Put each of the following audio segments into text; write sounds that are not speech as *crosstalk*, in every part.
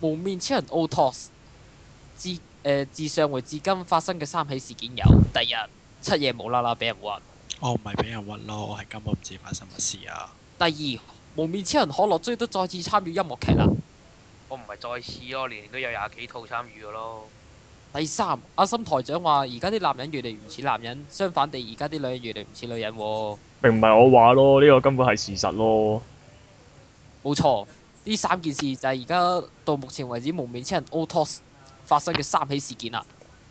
蒙面超人奧托斯自誒、呃自上回至今發生嘅三起事件有：第一，七夜無啦啦俾人屈；哦我唔係俾人屈咯，我係根本唔知發生乜事啊！第二，蒙面超人可樂追都再次參與音樂劇啦；我唔係再次咯，年年都有廿幾套參與嘅咯。第三，阿森台長話：而家啲男人越嚟越唔似男人，相反地，而家啲女人越嚟唔似女人喎。並唔係我話咯，呢、個根本係事實咯。冇錯，呢三件事就係而家到目前為止蒙面超人 Otos 發生嘅三起事件啦。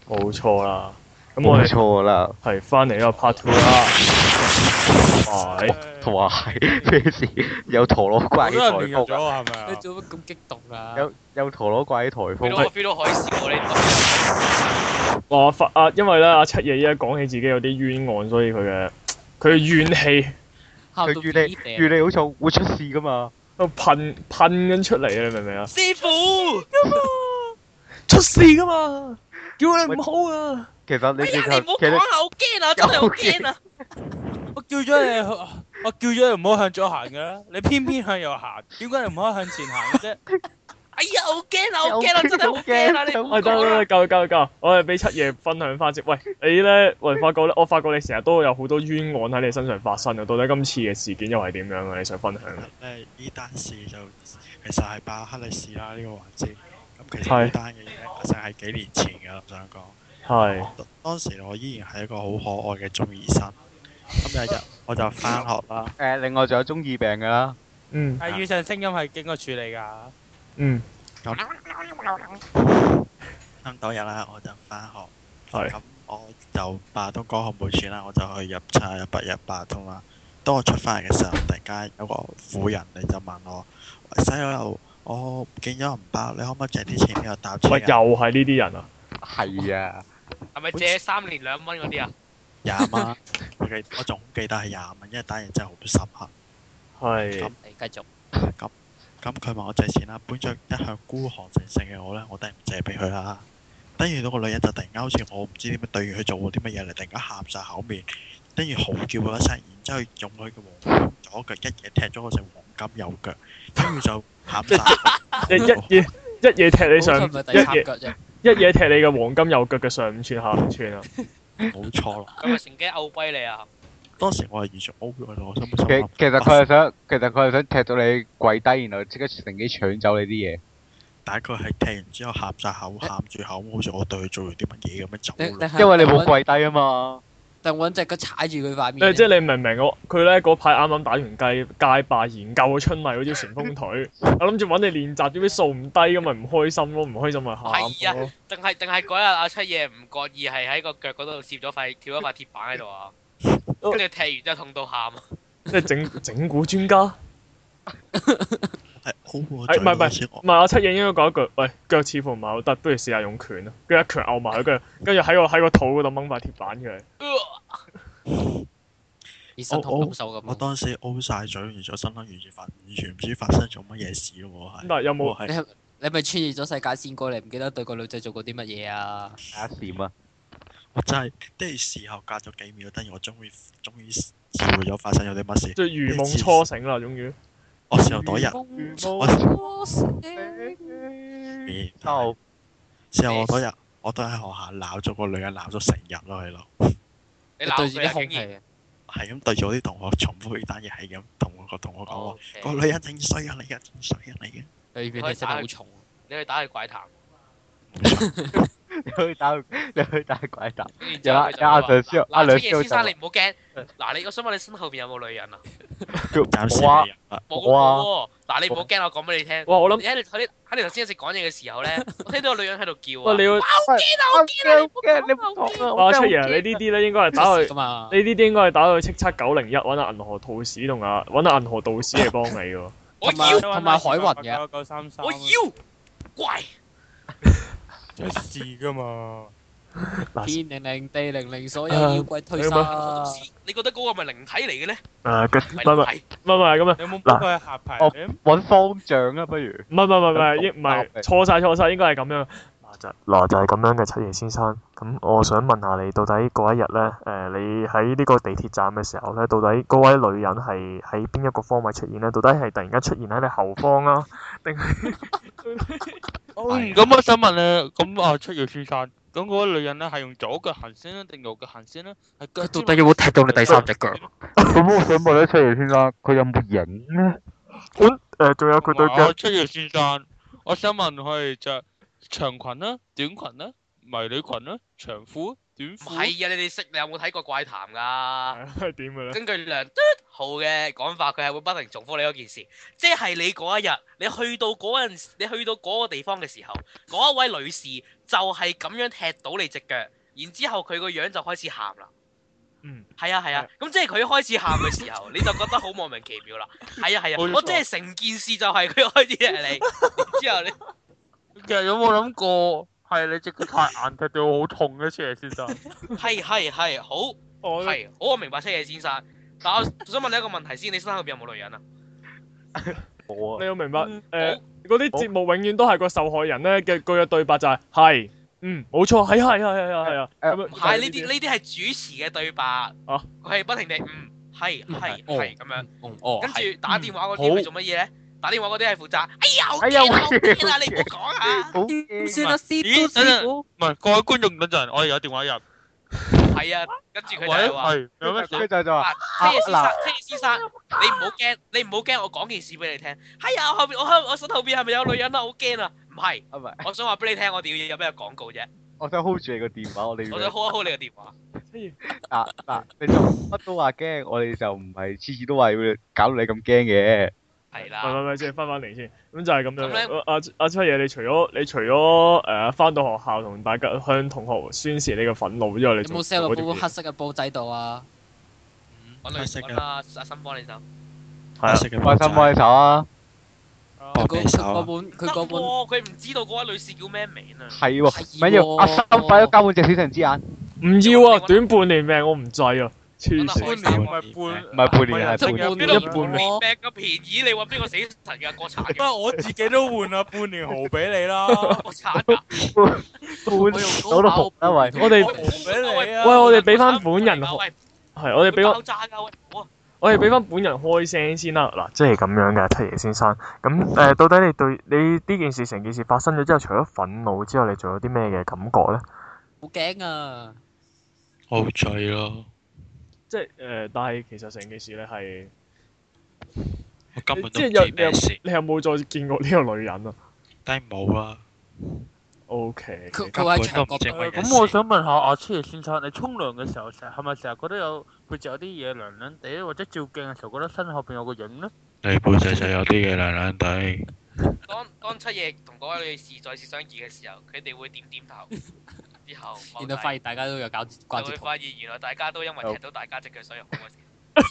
冇錯啦。咁我冇哋錯啦，係翻嚟呢個 part two 啦。喂，同埋係咩事？*laughs* 有陀螺怪好嘅多人颱亂入風啊，咗係咪你啊？做乜咁激動啊？有有陀螺怪嘅颱 feel 風到 feel 到海嘯喎呢哇發啊，因為咧阿七爺依家講起自己有啲冤案，所以佢嘅佢嘅怨氣喊到佢預你飛地啊預你好似會出事噶嘛？都噴噴緊出嚟啊！你明唔明啊？度。師傅，出事噶嘛，叫你唔好啊！其實你哎其呀，你唔好實其實講啦，好驚啊，真係好驚啊！我叫咗你向，我叫咗你唔好向左行噶啦，你偏偏向右行，點解你唔可以向前行啫？哎呀，好驚啊，好驚啊，真係好驚啊！你唔好喂，得講得得，。啦夠夠夠，我哋俾七爺分享翻先。喂，你咧，喂，發覺咧，我發覺你成日都有好多冤案喺你身上發生啊！到底今次嘅事件又係點樣啊？你想分享？誒呢單事就其實係爆克力事啦，呢個環節。咁其係實呢單嘅嘢咧發生係幾年前嘅，我想講。係當當時我依然係一個好可愛嘅中二生。咁有一日我就翻學啦。誒，另外仲有中二病㗎啦， *laughs* 嗯係以上聲音係經過處理㗎。嗯咁當日啦，我就翻學。係咁我就八通嗰個妹轉啦，我就去入差入八入八通啦。當我出翻嚟嘅時候，突然間有個婦人你就問我：喂細佬，我唔見咗銀包，你可唔可以借啲錢俾我搭車喂，又啊？係呢啲人啊！係啊，À, 係咪借三年兩蚊嗰啲啊？廿蚊，我記我仲記得係廿蚊，因為單嘢真係好深刻。係咁你繼續。咁佢問我借錢啦，本着一向孤寒成性嘅我咧，我梗係唔借俾佢啦。跟住到個女人就突然間好似我唔知點樣對住佢做過啲乜嘢嚟，突然間喊晒口面，跟住嚎叫咗一聲，然之後用佢嘅黃金左腳一嘢踢咗我隻黃金右腳，跟住就喊 *laughs* 晒。一一嘢一嘢踢你上，好彩唔係第一三嘢腳啫。一嘢踢你嘅黃金右腳嘅上五寸下五寸 *laughs* 啊！冇錯啦，佢咪乘機摳跛 à? 你啊？當時我係完全 O 咗佢，我心其諗其實佢係想其實佢係想踢到你跪低，然後即刻乘機搶走你啲嘢。大概係踢完之後喊晒口，喊住口，好似我對佢做完啲乜嘢咁樣走定咯。定係因為你冇揾跪低啊嘛。但揾隻腳踩住佢塊嗯誒，面。即係你明唔明我佢咧嗰排啱啱打完雞街霸，研究咗春麗嗰招旋風 *laughs* 腿，嗯我諗住揾你練習，點知掃唔低咁咪唔開心咯，唔開心咪喊啊係咯。定係定係嗰日 à, 阿七夜唔覺意係喺個腳嗰度攝咗塊跳咗塊鐵板喺度 à? 啊？跟住踢完之後痛到喊啊！即係整整蠱專家，唔係 O 咗係嘴唔係唔係嗰陣時我係我七影應該講一句，喂腳似乎唔係好得，不如試下用拳啦，跟住一拳拗埋佢，跟住跟住喺個喺個肚嗰度掹塊鐵板出嚟。而身同感受咁我啊。當時 O 晒嘴，完咗心諗完全發，完全唔知發生咗乜嘢事咯喎，咁係。但係有我冇係你係你係咪穿越咗世界線過嚟？唔記得對個女仔做過啲乜嘢啊？打閃啊！我真係，跟住事後隔咗幾秒，跟住我終於終於知會咗發生咗啲乜事。即係如夢初醒啦，終於。我事後嗰日，Ừ. *laughs* 我咦哦，事後我嗰日，我都喺學校鬧咗個女人，鬧咗成日咯，係咯，你對鬧住佢啲啊！空竟然氣，係咁對住我啲同學重複呢單嘢，係咁同我個同學哦講話， OK 個女人整衰啊，你嘅整衰啊，你嘅。裏邊係真係好重。你去打佢怪談，你去打你去打鬼打。跟住之有後啊佢就有阿 Sir 先，阿話嗱，梁七夜先生你先唔好驚，嗱你我想問你身後邊有冇女人啊？ *laughs* 暫時冇啊未有啊冇冇啊喎，嗱你唔好驚，我講俾你聽。哇！我你諗，喺你喺你喺你頭先一直講嘢嘅時候咧，我聽到個女人喺度叫喂啊！你要我驚我驚你唔講啊！哇我七真係爺，好你呢啲咧應該係打打去去。噶嘛你？呢啲應該係打去叱咤九零一揾阿銀河道士同阿揾阿銀河道士嚟幫你喎。我同埋要同埋海雲嘅，九九三三我要怪出事噶嘛？嗱，天靈靈地靈靈，所有妖怪退散。你覺得嗰個係咪靈體嚟嘅咧？誒，佢唔唔係唔係係靈體，唔係唔係咁啊，你有冇幫佢下排哦你揾方丈啊，不如。唔係唔係唔係應唔係錯晒錯晒，應該係咁樣。嗱就嗱就係咁樣嘅七爺先生。咁我想問下你，到底嗰一日咧，誒、你喺呢個地鐵站嘅時候咧，到底嗰位女人係喺邊一個方位出現咧？到底係突然間出現喺你後方啊，定係到底係咁我想問咧，咁啊出耀先生，咁嗰位女人咧係用左腳行先咧，定右腳行先咧？係腳佢到底有冇踢到你第三隻腳？咁我想問咧，出嚟先生，佢有冇影咧？誒，仲有佢對我腳，出耀先生，我想問佢係着長裙啦、短裙啦、迷你裙啦、長褲、短唔褲。係啊！你哋識你有冇睇過怪談㗎？ *laughs* 係點嘅咧？根據梁德浩嘅講法，佢係會不停重複你嗰件事，即係你嗰一日，你去到嗰陣，你去到嗰個地方嘅時候，嗰一位女士就係咁樣踢到你只腳，然之後佢個樣就開始喊啦。嗯，係啊係啊，咁即係佢開始喊嘅時候， *laughs* 你就覺得好莫名其妙啦。係啊係冇啊，錯我即係成件事就係佢開始踢你，然之後你其實有冇諗過係你隻腳太硬踢到我好痛嘅出耀先生？係係係好。我係，好我明白車野先生，但我想問你一個問題先，你身後邊有冇女人啊？你要明白誒冇嗰啲節目永遠都係個受害人咧嘅佢嘅對白就係係嗯冇錯係係係係係係啊誒咁樣唔係呢啲呢啲係主持嘅對白，佢係不停地嗯係係係咁樣，嗯哦，跟係住打電話嗰好啲係做乜嘢咧？打電話嗰啲係負責，哎呀好哎呀驚啊好好驚驚啊！你唔好講啊，好點驚算啊，師咦傅等陣師傅，唔係各位觀眾等陣，我哋有電話入。係啊，跟住佢喂，就係話，係有咩事？佢就就話車野先生，車野先生，你唔好驚，你唔好驚，我講件事俾你聽。係啊，我後邊我後我身後邊係咪有女人啊？好驚啊！唔係，啊唔係，我想話俾你聽，我哋要有咩廣告啫？我想 hold 住你個電話，我哋我想 hold 一 hold 你個電話。嗱嗱，你就乜都話驚，我哋就唔係次次都話要搞到你咁驚嘅。係唔啦，係唔係，先翻翻嚟先，咁就係咁咁樣咧。阿阿七爺，你除咗你除咗誒翻到學校同大家向同學宣泄你嘅憤怒之外，你有仲冇 sell 到做咗啲本咩黑色嘅煲仔度啊？揾黑色女揾嘅啦，阿新幫你手。係啊黑色嘅開心開手啊！佢搏嗰命佢手嗰啊本佢佢嗰本佢唔知道嗰位女士叫咩名啊？係喎，係唔緊要，喎阿心快咗交換隻小神之眼，唔要啊，短半年命我唔制啊，黐線！得開半心年啊唔係啊半，唔係半年係即半係年。半邊年度一半喎命咁便宜？你揾邊個死神㗎？國產不嘅過我自己都換啦，半年豪俾你啦，國產㗎，半攞到紅啦啊喂，我哋我俾啊喂我哋俾返本人學喂，係我哋俾佢我爆炸㗎喂，好啊我哋俾翻本人開聲先啦。嗱，即係咁樣嘅，七爺先生。咁誒、到底你對你呢件事成件事發生咗之後，除咗憤怒之外，你仲有啲咩嘅感覺咧？好驚啊！好醉咯，即係誒、但係其實成件事咧係，我根本即都唔係有知你有咩事，你有冇再見過呢個女人啊但係冇啊， ？O K，佢佢根會本喺牆都唔角知度乜嘢事。咁我想問下阿出嚟先生，你沖涼嘅時候成係咪成日覺得有佢就有啲嘢涼涼地，或者照鏡嘅時候覺得身後邊有個影咧？你背脊就有啲嘢涼涼地，當當七夜同嗰位女士再次相見嘅時候，佢哋會點點頭，之後踎低然後發現大家都有搞掛就住會圖，發現原來大家都因為踢到大家隻腳，所以好開心。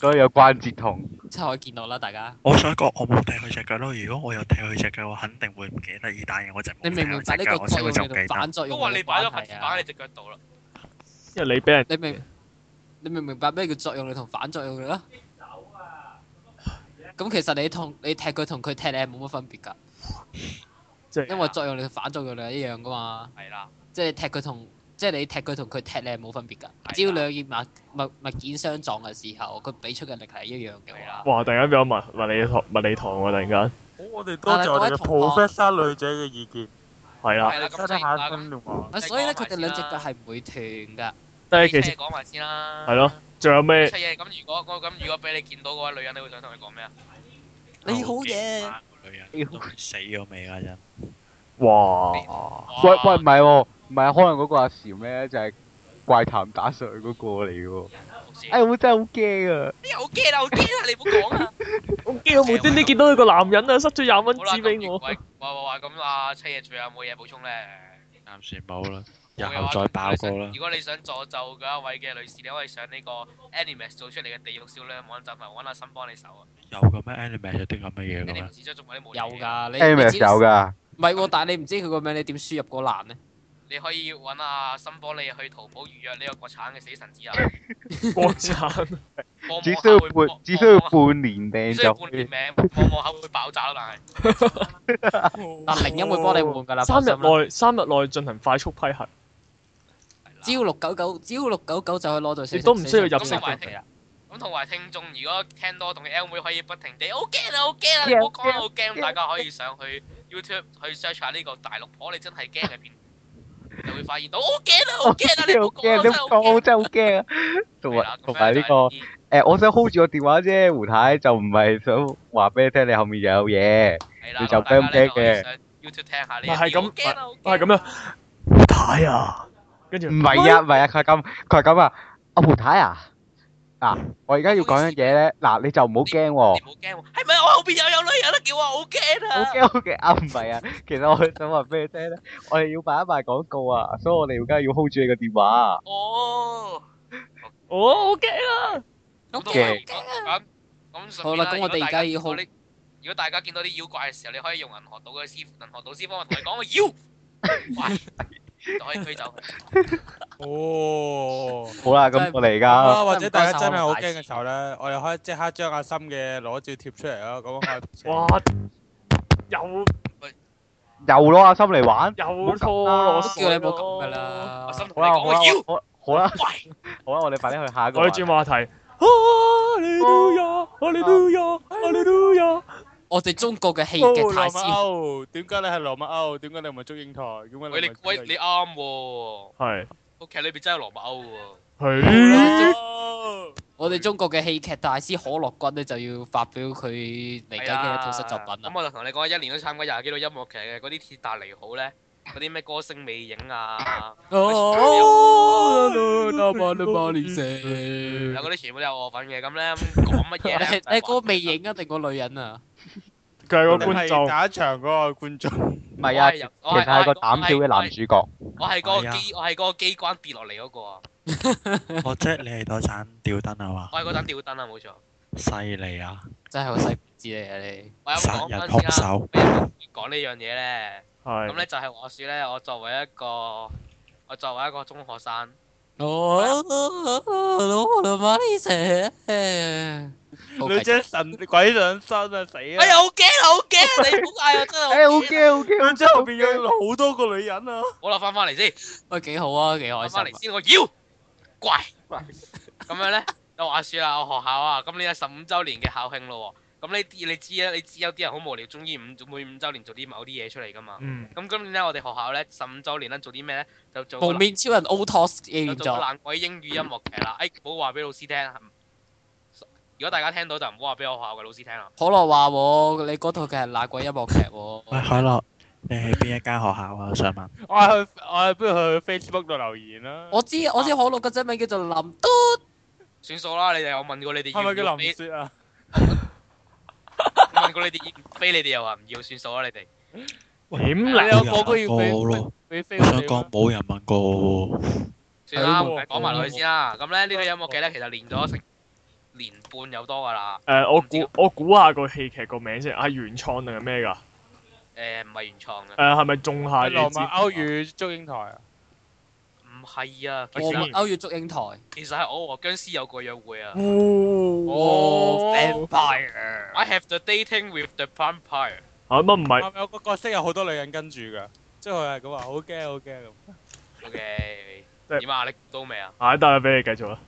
所以有關節痛。即係可以見到啦，大家。我想講我冇踢佢只腳咯。如果我有踢佢只腳，我肯定會唔記得。而但係我就冇你踢明唔明白佢呢隻個腳，我作先會用仲喺記度反得。作都用話嘅關係啊？你擺咗塊鐵板喺你隻腳度啦，因為你俾人你明你明唔明白咩叫作用力同反作用力啦？咁其實你同你踢佢同佢踢你係冇乜分別㗎，即係因為作用力同反作用力係一樣㗎嘛。係啦，即係你踢佢同即係你踢佢同佢踢你係冇分別㗎。啊只要兩件物物物件相撞嘅時候，佢俾出嘅力係一樣嘅係話啦，哇！突然間俾我物物理堂物理堂喎，突然間我哋多謝我哋嘅 professor 女仔嘅意見，係啦。係啦，咁即係啦咁。電話。啊所以咧佢哋兩隻腳係唔會斷㗎。但係啊你其車實講埋先啦。係咯，仲有咩七嘢咁如果我咁如果俾你見到嗰位女人，你會想同佢講咩啊？你好嘢，！女人都死咗未啊？真哇？喂喂，唔係喎，唔係可能嗰個阿禪咧就係怪談打上去嗰個嚟嘅喎。哎，我真係好驚啊！哎呀，好驚啊，好驚啊！你唔好講啊！我驚我無端端見到你個男人啊，塞咗 *laughs* 廿蚊好啦，紙咁俾 *laughs* 如我果。喂喂喂，咁阿七嘢仲有冇嘢補充咧？暫時冇啦，日冇嘅話後再爆過啦如。果你想助咒嗰一位嘅女士，你可以上呢個 Animax 做出嚟嘅地獄少女網站，同埋揾阿森幫你手啊。有嘅咩 anime 有啲咁嘅嘢嘅咩 Animax 始終仲有啲冇有嘢㗎，你 a m 你 s 知有㗎，唔係喎，但係你唔知佢個名，你點輸入嗰欄咧？你可以揾阿森幫你去淘寶預約呢個國產嘅死神 *laughs* 之啊。國產望望只下需要會半只需要望半年只訂需要就半可年以。名，望望下會爆炸咯，但靈音會幫你換㗎 *laughs* 啦，三放日心啦內三日內進行快速批核。但係只要六九九，只要六九九就可以攞到四十。亦都唔需要入息四十幾啦咁同埋聽眾，嗯啊如果聽多同嘅 L 妹可以不停地好驚啊，好驚啊，你唔好講啦，好驚！大家可以上去 YouTube 去 search 下呢個大陸婆，你真係 *laughs* 驚啊嘅片，就會發現到我驚啊，我驚啊！你唔好講啊，真係好我驚。真係好驚啊！同係埋啦同埋呢個咁樣就係誒，我想 hold 住個電話啫，胡太就唔係想話俾你聽你後面有嘢。係啦，你就大家咧驚嘅可以上 YouTube 聽下呢一咪係啲，咁我驚啊，我係咁驚啊樣，胡太 à? 啊，跟住唔係啊，唔係啊，佢係咁，佢係咁啊，阿胡太啊，嗱，我而家要講樣嘢咧，嗱，你就唔好驚喎。你唔好驚喎，係咪我後邊又有女人啊啦？叫我好驚好啊！嘅好嘅，啊唔係啊，其實我想話俾你聽咧，我哋要賣一賣廣告啊，所以我哋而家要 hold 住你個電話啊。哦，我好驚啊！咁都嘅係咁咁順好便啦啦。咁我哋而家要好如果大見到啲如果大家見到啲妖怪嘅時候，你可以用銀河島嘅師傅、銀河島師傅我同你講個妖，喂，就可以推走佢。哦。好啦，咁我哋而家啊，或者大家真係好驚嘅時候咧，我哋可以即刻將阿心嘅裸照貼出嚟咯，咁樣可以哇，又又攞阿心嚟玩。又拖落都水叫你冇咁噶咯啦我。心同好你啦，講好個啦妖，，我好啦，喂，好啦，我哋快啲去下一個我話哋題。轉話題。啊哈利路亞，哈利路亞，哈利路亞。我哋中國嘅戲哦，嘅太羅密師，歐，點解你係羅密歐？點解你唔係祝英台？點解喂你你喂你啱喎，係。屋企裏邊真係羅密歐喎。係。我哋中國嘅戲劇大師可樂君咧就要發表佢嚟緊嘅一套新作品係啦啦。咁我就同你講，一年都參加廿幾套音樂劇嘅，嗰啲鐵達尼號咧，嗰啲咩歌聲魅影啊，Ừ. 嗱嗰啲全部都有我份嘅。咁咧講乜嘢咧？你你嗰個未影啊定個女人啊？佢係個你觀係眾。打場嗰個 *laughs* 觀眾。唔係啊，我係入其實係個我係膽小嘅男啊主角。我係嗰個機，我係嗰個機關跌落嚟嗰個啊！我即係你係嗰盞吊燈啊嘛，我係嗰盞吊燈啊，冇錯。犀利啊！真係好細知你啊你。我有殺講人翻兇先啦。手，講呢樣嘢咧，咁係。咧就係話説咧，我作為一個我作為一個中學生，哦，攞嚟馬里蛇。女仔神鬼上身啊，死哎呀啊！好驚啊，好驚 *laughs* 啊！你唔好嗌我真係誒，好哎好驚。驚好驚！咁之後變咗好多個女人啊！好啦，翻返嚟先。喂，幾好啊，幾開心翻翻啊。嚟先，我妖 *laughs* 怪咁樣咧，就話説啦，我學校啊，咁呢個十五週年嘅校慶咯喎，咁呢啲你知啊，你知有啲人好無聊，中意五每五週年做啲某啲嘢出嚟噶嘛。嗯。咁今年咧，我哋學校咧十五週年咧做啲咩咧？就做個蒙面超人 Otos 嘅就原做個作，爛鬼英語音樂劇啦。誒，唔好話俾老師聽啊。如果大家聽到就唔好話俾我學校嘅老師聽啊啦。可樂話喎，你嗰套劇係爛鬼音樂劇喂， *laughs* 喎。海樂，你係邊一間學校啊？我想問。我係去，我係不如去 Facebook 度留言啦。我知我知可樂個真名叫做林都，算數啦，你哋有問過你哋係要唔咪要叫飛林？雪啊？問過你哋要唔要飛，你哋又話唔要，算數啦，你哋。點你嚟？有個個要冇人問俾過咯，俾飛我我想哋講咩？冇人問過我喎。算啦，係喎講埋落去先啦。咁咧呢個音樂劇咧，其實練咗成年半有多噶啦。誒，我估我估下個戲劇個名先，係原創定係咩㗎？誒唔係原創嘅，誒，係咪仲下係野羅密之歐與祝英台啊！唔係啊。我其實們歐越祝英台。其實係我和僵屍有個約會啊。哦，vampire。I have the dating with the vampire。啊乜唔係？係咪有個角色有好多女人跟住㗎？即係佢係咁話好驚好驚咁。 OK。點啊？你到未啊啊，得啦，俾你繼續啦。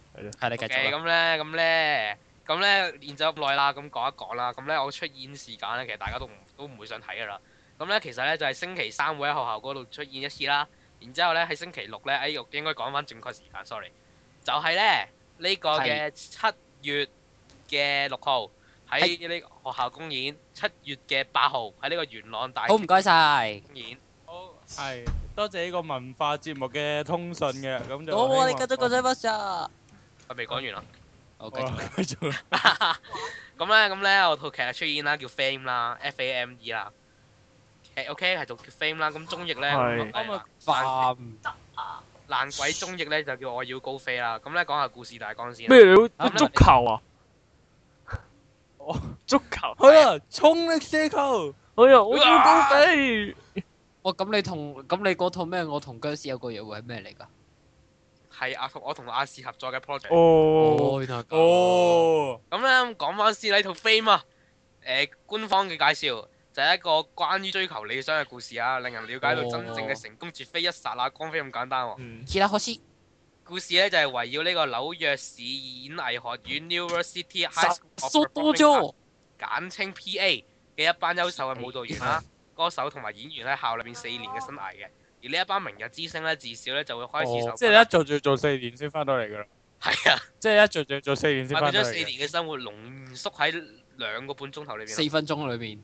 係你繼續？OK，啦。咁咧，咁咧，咁咧練咗咁耐啦，咁講一講啦。咁咧，我出現時間咧，其實大家都唔都唔會想睇噶啦。咁咧，其實咧就係星期三會喺學校嗰度出現一次啦。然之後咧喺星期六咧，哎，我應該講翻正確時間，sorry。就係咧呢個嘅七月嘅六號喺呢個學校公演，七月嘅八號喺呢個元朗大好唔該晒。公演。好係多謝呢個文化節目嘅通訊嘅，咁就我希你望繼續個仔乜啊？我未講完啊。我繼續。我繼續啦咁咧，咁咧，我套劇出現啦，叫 Fame 啦，F A M E 啦。誒 OK 係做叫 Fame 啦，咁中譯咧係咁啊爛三爛鬼中譯咧就叫我要高飛啦。咁咧講下故事大綱先啦。咩料？咁足球啊？足球。 *laughs* 好啊啦，衝力射球，哎呀，我要高飛。哇！咁你同咁你嗰套咩？我同僵屍有個約會係咩嚟㗎？係阿我同亞視合作嘅 project。哦。哦，原來咁哦，咁咧講翻先呢套 Fame 啊，誒官方嘅介紹就係一個關於追求理想嘅故事啊，令人了解到真正嘅成功絕非一剎那光輝咁簡單喎。嗯，其他可惜故事咧就係圍繞呢個紐約市演藝學院 New York City High 殺 School 蘇 of à? 多 Performing Arts 咗。嗯簡稱 P.A. 嘅一班優秀嘅舞蹈員啦。歌手同埋演員喺校裏邊四年嘅生涯嘅。而呢一班明日之星咧，至少咧就會開始受哦即係一做就要做四年先翻到嚟噶啦，係啊，即係一做就要做四年先佢翻到將四嚟㗎。年嘅生活濃縮喺兩個半鐘頭裏邊四啦。分鐘裏面，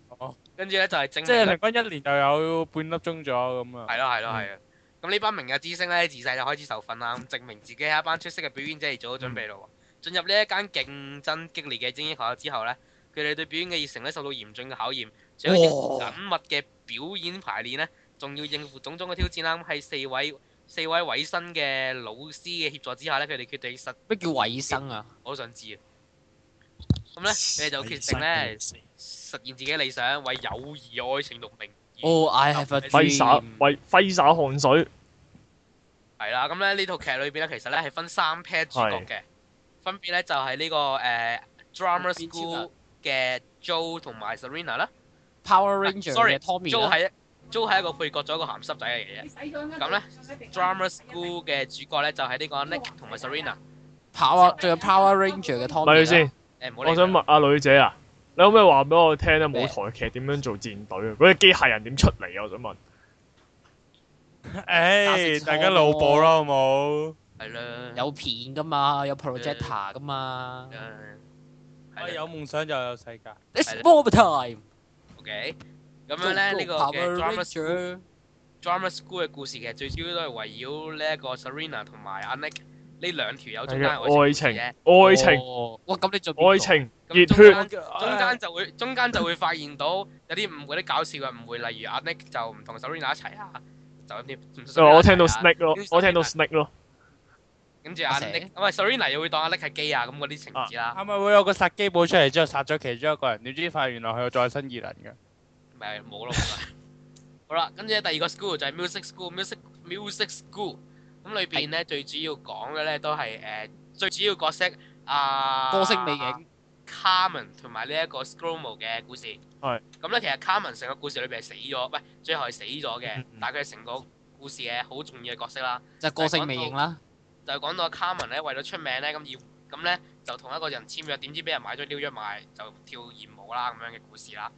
跟住咧就係證即係明咧，平均一年就有半粒鐘左右咁啊。係咯嗯係咯係啊。咁呢班明日之星咧，自細就開始受訓啦，咁證明自己係一班出色嘅表演者而做好準嗯備咯喎。進入呢一間競爭激烈嘅精英學校之後咧，佢哋對表演嘅熱誠咧受到嚴峻嘅考驗，除咗哇緊密嘅表演排練咧，仲要應付種種嘅挑戰啦。咁喺四位四位委身嘅老師嘅協助之下咧，佢哋決定實咩叫衞生啊？我都想知啊。咁咧，佢哋就決定咧實現自己理想，為友誼、愛情同名義。哦，I have a 揮灑 dream，喂揮灑汗水，係啦，咁咧呢套劇裏邊咧，其實咧係分三 pair 主角嘅，分別咧就係呢、個誒、呃邊 Drama 邊先啊 School 嘅 Joe 同埋 Serena 啦。 Power Ranger sorry，嘅 Tommy Joe 啦係一 Joe 係一個配角，咗一個鹹濕仔嚟嘅啫。咁咧 Drama School 嘅主角咧就係、呢個 Oh。Nick 同埋 Serena。 ，Power 仲有 Power Ranger 嘅咪 Tommy 住啦先。誒唔好理佢我想問阿女姐啊，你可唔可以話俾我聽咧舞台劇點樣做戰隊啊？嗰啲機械人點出嚟啊？我想問。打成誒，大家腦補啦，好冇？係啦，有片噶嘛，有 projector 噶嘛。誒我係有有夢想就有世界。 It's 係啦 more time。 OK。咁樣咧呢個嘅 Power Drama School。 Ranger drama school 嘅故事其實最主要都係圍繞呢一個 Serena 同埋阿 Nick 呢兩條友中間係愛愛情情，故事啫愛情，哦哇，咁你做邊個愛情，熱咁中血，間中間就會中間就會發現到有啲誤會、啲搞笑嘅誤會，例如阿 Nick 就唔同 Serena 一齊啊，就咁啲。唔同 Serena 哦我一齊啊聽到 snake 咯跟住，我聽到 Serena- snake 咯，跟住阿阿蛇 Nick，唔係 Serena 又會當阿 Nick 係基啊咁嗰啲情節啦，係咪會有個殺機寶出嚟之後殺咗其中一個人？點知發現原來佢有再生異能嘅？咪冇咯。冇啦 *laughs* 好啦，跟住第二個 school 就係 music school，music music school。咁裏邊咧最主要講嘅咧都係誒最主要角色啊歌星魅影， Carmen 同埋呢一個 Scromo 嘅故事。係。咁咧，其實 Carmen 成個故事裏邊係死咗，唔係最後係死咗嘅嗯嗯，但係佢係成個故事嘅好重要嘅角色啦。就係歌星魅影啦。就係講到 Carmen 咧為咗出名咧，咁要咁咧就同一個人簽約，點知俾人買咗 New 約賣，就跳豔舞啦咁樣嘅故事啦。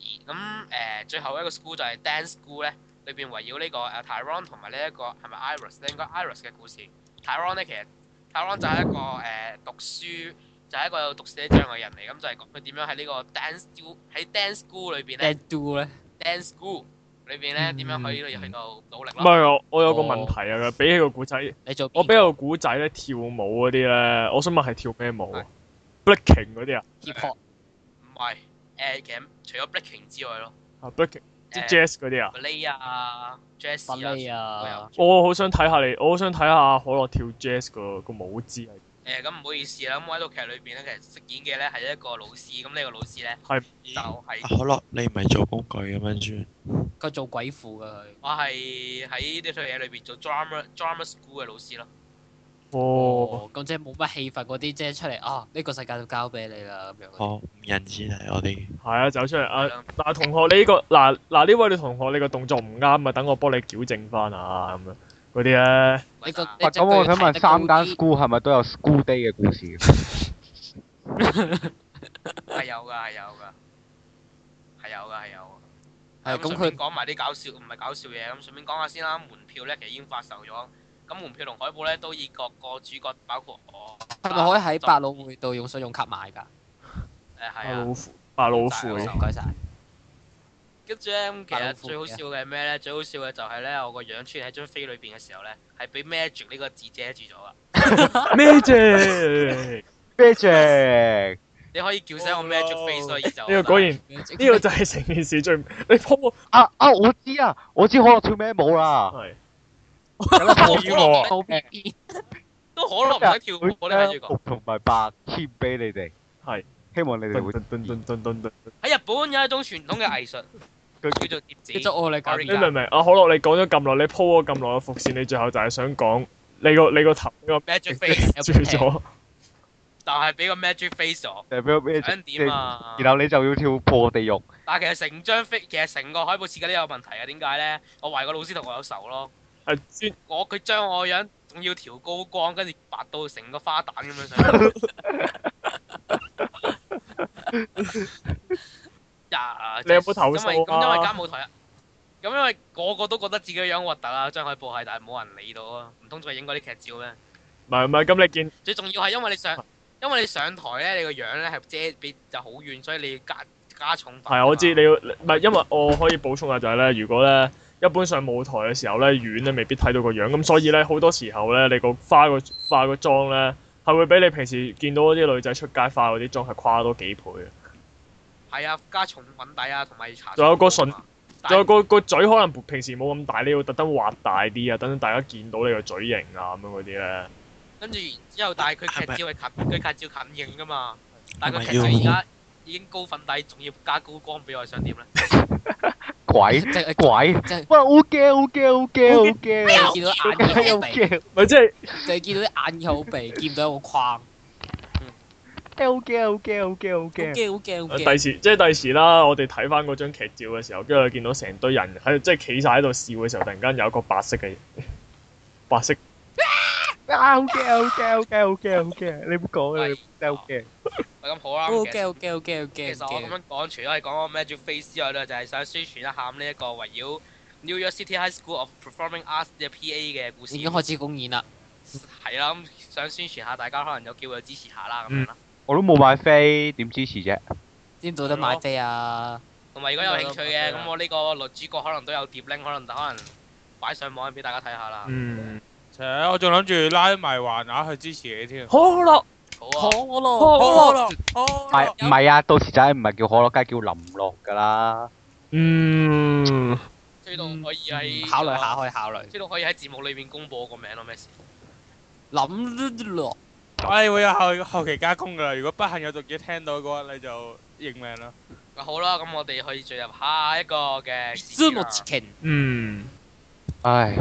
而咁誒、呃最後一個 school 就係 Dance School 咧，裏邊圍繞呢、個誒 Tyron 同埋呢一個係咪 Iris 咧？應該 Iris 嘅故事。Tyron 咧其實 Tyron 就係一個誒、呃、讀書就係一個有讀寫障礙人嚟，咁就係講佢點樣喺呢個 Dance School 喺 Dance School 裏邊咧 Dead Do 咧， ，Dance School 裏邊咧點樣可以嗯去到努力唔咯？係我我有個問題啊，比起個古仔，你做邊個我比起個古仔咧跳舞嗰啲咧，我想問係跳咩舞啊？breaking 嗰啲啊 hip hop 唔係誒，其實除咗 Breaking 之外咯。呃啊，breaking 即係誒 jazz 嗰啲啊？ Malay 啊，Jazz 分類啊啊，，我好想睇下你，我好想睇下可樂跳 jazz 個個舞姿係誒咁唔好意思啦，咁我喺套劇裏邊咧，其實飾演嘅咧係一個老師，咁呢個老師咧係就係、可樂，你唔係做工具咁樣轉，佢做鬼父噶佢。我係喺呢套嘢裏邊做 drama drama school 嘅老師咯，哦，，咁即係冇乜氣氛嗰啲，即係出嚟啊！呢個世界就交俾你啦咁樣嗰啲。哦，五人之嚟我哋係啊，走出嚟啊！咁嗱，同學，你呢、個嗱嗱呢位女同學，你個動作唔啱啊，等我幫你矯正翻啊，咁樣嗰啲咧，你個喂咁我想問三間間 school 係咪都有 school day 嘅故事？係有㗎，係有㗎，係有㗎，係有㗎。係咁咁順便佢講埋啲搞笑唔係搞笑嘢，咁順便講下先啦。門票咧其實已經發售咗，咁門票同海報咧都以各個主角包括我，係咪可以喺百老匯度用信用卡買㗎？誒係白啊老。虎，白老大佬虎，唔該晒。跟住咧，咁其白實老虎最好笑嘅係咩咧？最好笑嘅就係咧，我個樣出現喺張飛裏邊嘅時候咧，係俾 magic 呢個字遮住咗啊！咩啫？ Magic 你可以叫醒我 magic face 所以就呢個果然，呢呢 *laughs* 個就係成件事最你鋪啊啊！我知啊，我知可樂跳咩舞啦。係冇跳舞啊！邊都可能唔想跳舞，我都睇住講。紅同埋白簽俾你哋，係，希望你哋會噔噔噔噔噔噔，喺日本有一種傳統嘅藝術，佢叫做貼記紙。咗我你講你明唔明啊？可樂，你講咗咁耐，你鋪咗咁耐嘅伏線，你最後就係想講你個你個頭呢個 magic face，住咗，但係俾個 magic face 咗，就俾咩？想點啊？然後你就要跳破地獄。但係其實成張飛，其實成個海報設計都有問題嘅。啊點解咧？我懷疑個老師同我有仇咯。係專我佢將我個樣仲要調高光，跟住白到成個花旦咁 *laughs* 樣上去。呀你有冇投訴啊因為咁因為間舞台啊，咁因為個個都覺得自己個樣核突啊，張海報係，但係冇人理到啊，唔通再影嗰啲劇照咩？唔係唔係，咁你見最重要係因為你上，因為你上台咧，你個樣咧係遮比就好遠，所以你要加加重罰啊嘛。係我知你要唔係因為我可以補充下就係咧，如果咧一般上舞台嘅時候咧，遠咧未必睇到個樣，咁所以咧好多時候咧，你個化個化個妝咧係會比你平時見到嗰啲女仔出街化嗰啲妝係誇多幾倍啊嘅。係啊，加重粉底啊，同埋搽。仲有個唇啊但係，仲有個個嘴可能平時冇咁大，你要特登畫大啲啊，等大家見到你個嘴型啊咁樣嗰啲咧。跟住然之後，但係佢係咪劇照係近，佢劇照近影噶嘛。但係佢係咪劇照要而家已經高粉底，仲要加高光俾我，想點咧？鬼即係哎鬼，即係喂，好驚好驚好驚好你驚，見到好眼耳口驚好鼻，驚，咪即係你見到啲眼耳口鼻，見唔到有個框，好好驚好驚好驚好驚。驚好驚好呃驚。第時即係第時啦，我哋睇翻嗰張劇照嘅時候，跟住見到成堆人喺度即係企晒喺度笑嘅時候，突然間有一個白色嘅白色啊，好驚好驚好驚好驚好驚，你唔好講啦，你真係好驚。喂咁好啦，好咁其實驚好驚好驚好其驚實好我咁驚。樣講，除咗係講我 Magic Face 之外咧，就係想宣傳一下呢一個圍繞 New York City High School of Performing Arts 嘅 PA 嘅故事。已經開始公演啦，係啦，咁想宣傳下，大家可能有機會支持下啦，咁樣啦。我都冇買飛，點支持啫？知唔到得買飛啊？同埋如果有興趣嘅，咁我呢個女主角可能都有碟 link，可能可能擺上網俾大家睇下啦。嗯，且我仲諗住拉埋環亞去支持你添。可樂好可啊，樂，好咯，好唔係唔係啊，到時仔唔係叫可樂，梗係叫林樂㗎啦。嗯追到可以喺考慮下，可以考慮。追到可以喺節目裏面公佈我個名咯，咩事？諗落唉，會有後後期加工噶。如果不幸有讀者聽到嘅話，你就認命啦。嗱好啦，咁我哋可以進入下一個嘅啊節 z 目 u 啦 m c h i n 嗯，唉，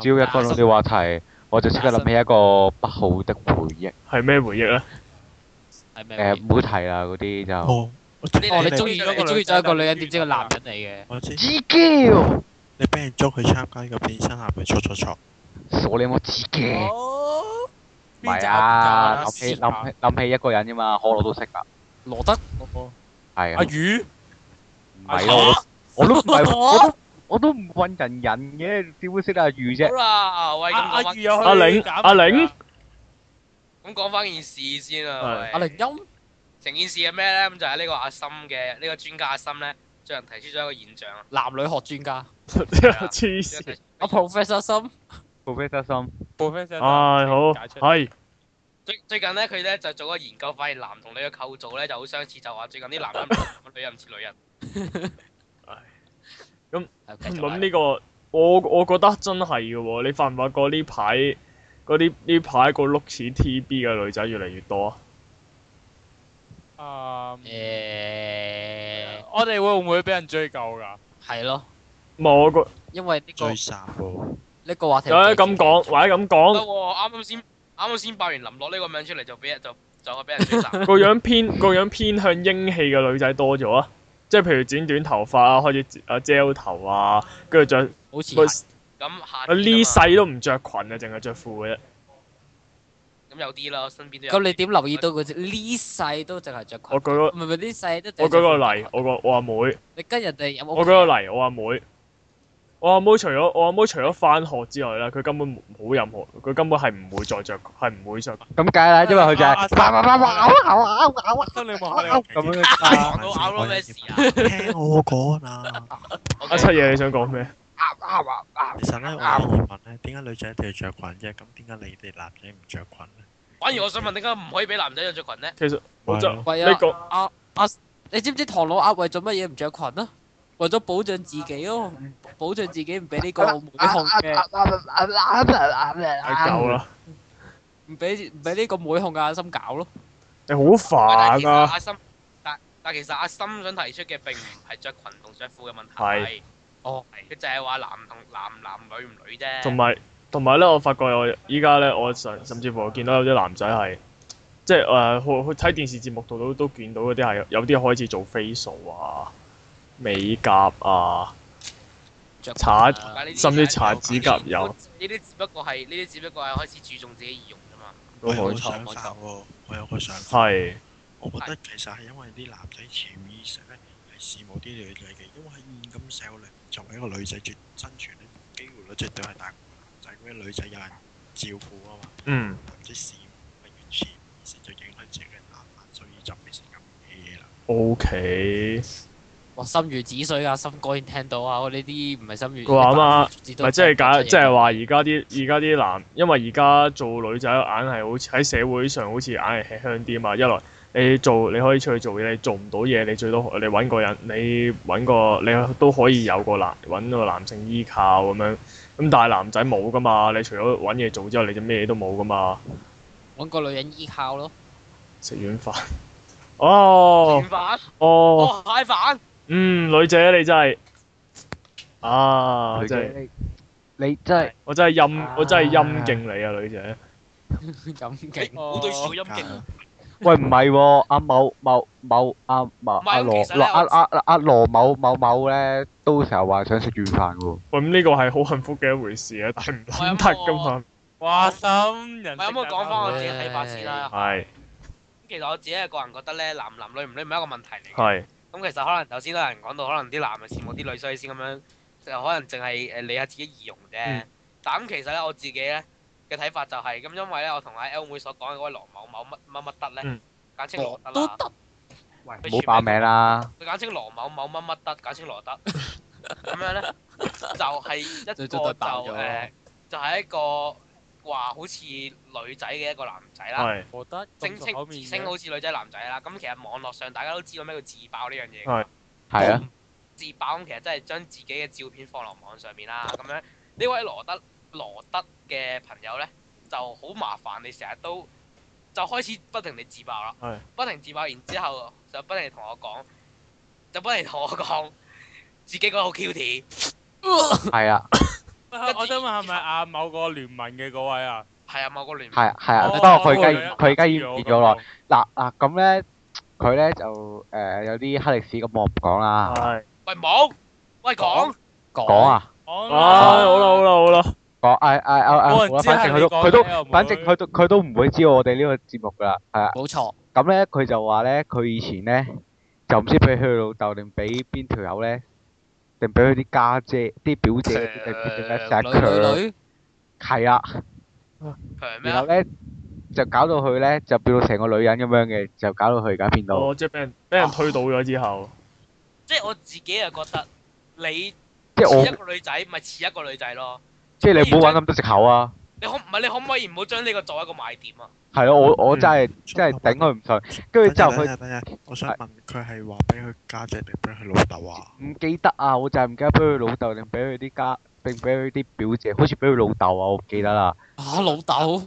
只要一講到呢個話題，我就即刻諗起一個不好的回憶。係咩回憶咧？啊係咩誒，回唔應？好提啦，嗰啲就。哦，我你哦，哋你中意你中意咗你個中意咗一個女人，女仔點知個男人嚟嘅？我知，自己哦你俾人捉去參加呢個變身係咪錯錯錯？傻你冇自己。哦，唔係啊，諗邊起集啊諗起諗起一個人啫嘛，可樂都識㗎。羅德係阿啊，魚，唔係咯，我都我都唔係，我都我都唔混人人嘅，點會識得阿魚啫好？啦，喂，阿咁啊阿講翻魚有去阿玲減阿玲咁講翻件事先係啊，喂阿玲音成件事係咩咧？咁就係呢個阿森嘅呢個專家阿森咧，最近提出咗一個現象啊。男女學專家，啊 *laughs* 黐線，阿 Professor 森 Professor 心 professor 唉好解出係最最近咧，佢咧就做咗個研究，發現男同女嘅構造咧就好相似，就話最近啲男 *laughs* 人唔似男人女人唔似女人。咁呢個我我覺得真係嘅喎，你發唔發覺呢排嗰啲呢排個 look 似 TB 嘅女仔越嚟越多啊？啊，誒我哋會唔會俾人追究㗎？係咯，唔係我個因為呢個追殺喎！呢個話題有啲咁講，或者咁得講喎，啱啱先啱啱先爆完林樂呢個名出嚟，就俾人就就俾人追殺。個樣偏 *laughs* 個樣偏向英氣嘅女仔多咗啊！即係譬如剪短頭髮啊，開始剪啊 gel 頭啊，跟住着好似個係 *laughs* 咁下啊呢世都唔着裙啊，淨係着褲嘅啫。咁有啲啦，身邊都有啲。咁你點留意到佢啫呢世都淨係着裙？我舉個唔係唔係呢世嗯都淨係著裙。我舉個例，我個我阿妹，你跟人哋有冇？我舉個例，我阿妹，我阿妹除咗我阿妹除咗翻學之外咧，佢根本冇任何，佢根本係唔會再着，係唔會着。咁解啦，因為佢就啊啊係哇啊哇哇哇啊咬啊咬啊咬啊咬啊得你望 ờ, 下咬啊你，咁樣咬嘅哦到咬到咩事啊？聽我講啊！ OK，啊阿七爺，你想講 *laughs* 咩？其實咧，我有疑問咧，點解女仔一定要着裙啫？咁點解你哋男仔唔着裙咧？反而我想問點解唔可以俾男仔着裙咧？其實我就係你喂啊講阿阿，你知唔知唐老鴨為咗乜嘢唔着裙啊？為咗保障自己咯，唔保障自己唔俾呢個妹控嘅，係夠啦，唔俾唔俾呢個妹控嘅眼心搞咯。你好但係其煩實啊！阿森，但但其實阿森想提出嘅並唔係着裙同着褲嘅問題，係哦，佢就係話男同男男女唔女啫。同埋同埋咧，我發覺我依家咧，我甚甚至乎我見到有啲男仔係，即係誒，呃好好睇電視節目度都都見到嗰啲係有啲開始做 facial 啊、美甲啊，着裙擦啊但係呢啲甚至搽指甲油呢啲只不過係呢啲只不過係開始注重自己儀容啫嘛。都我有好個錯想冇法喎，我有個想法。係我覺得其實係因為啲男仔潛意識咧事務啲女仔嘅，因為喺現今社會裏面作為一個女仔絕生存咧，機會率絕對係大過男仔，因為女仔有人照顧啊嘛。嗯，唔知事咪完全意識就影響自己嘅打法，所以就變成咁嘅嘢啦。 O K，哇，心如止水啊，心果然聽到啊，我呢啲唔係心如。哇咁啊知道咪即係假，即係係話而家啲而家啲男，因為而家做女仔硬係好似喺社會上好似硬係吃香啲嘛。一來你做你可以出去做嘢，你做唔到嘢，你最多你揾個人，你揾個你都可以有個男揾個男性依靠咁樣。咁但係男仔冇噶嘛，你除咗揾嘢做之後，你就咩都冇噶嘛。揾個女人依靠咯。 *laughs* 食軟飯。 *laughs* 哦食飯，哦，哦蟹飯，嗯，女仔你真係啊，真係你你真係我真係啊陰我真係陰敬你啊，女仔。咁勁，Ờ, 好對樹陰勁。喂唔係喎，阿某某某阿某唔係阿羅其實咧阿我阿阿羅某某某咧，都成日話想食軟飯喎。喂，咁呢個係好幸福嘅一回事啊，但係唔撚得噶嘛。哇，心人。唔係咁，我講翻我自己睇法先啦。係咁其實我自己係個人覺得咧，男唔男女唔女唔係一個問題嚟嘅。係咁其實可能頭先都有人講到，可能啲男嘅羨慕啲女，所以先咁樣就可能淨係呃誒理下自己儀容啫嗯。但咁其實咧，我自己咧嘅睇法就係咁，因為咧我同阿 L 妹所講嘅嗰位羅某某乜乜乜德咧嗯，簡稱羅我德都啦，得。喂佢唔好全爆名名啦。佢簡稱羅某某乜乜德，簡稱羅德。咁 *laughs* 樣咧就係一最個多都係就爆咗誒，就係一個話好似女仔嘅一個男仔啦。係我得聲稱自稱好似女仔男仔啦，咁其實網絡上大家都知道咩叫自爆呢樣嘢㗎嘛。係啊，自爆咁其實真係將自己嘅照片放落網上面啦，咁樣呢位羅德羅德嘅朋友咧就好麻煩，你成日都就開始不停地自爆啦，係不停自爆，然之後就不停同我講，就不停同我講自己嗰個好 cute，係啊，我想問係咪阿某個聯盟嘅嗰位啊？係啊，某個聯係盟啊，係啊。哦不過佢而嗰家個佢而家已經我變咗都有啦。嗱嗱咁咧，佢咧就誒有啲黑歷史，咁我唔講啦。係。喂冇，喂講 Ờ, 講啊！講啊，好啦好啦好啦，講唉唉啊啊！冇人好啦，知係反正佢你都講佢都咩啊妹，反正佢都佢都唔會知道我哋呢個節目噶啦，係啊。冇錯，咁咧，佢就話咧，佢以前咧就唔知俾佢老豆定俾邊條友咧，定俾佢啲家姐、啲表姐定定咩成女日強，女女，係啊。強咩然啊後？咧就搞到佢咧就變到成個女人咁樣嘅，就搞到佢而家變到我哦即係俾人俾人推倒咗之後，即係我自己又覺得你即係似一我個女仔，咪似一個女仔咯。即係你唔好揾咁多藉口啊！你可唔係你可唔可以唔好將呢個作為一個賣點啊？係咯，我我嗯真係真係頂佢唔順，跟住之後佢等陣等陣等陣我想問佢係話俾佢家姐定俾佢老豆啊？唔記得啊，我就係唔記得俾佢老豆定俾佢啲家定俾佢啲表姐，好似俾佢老豆啊，我唔記得啦。啊老豆，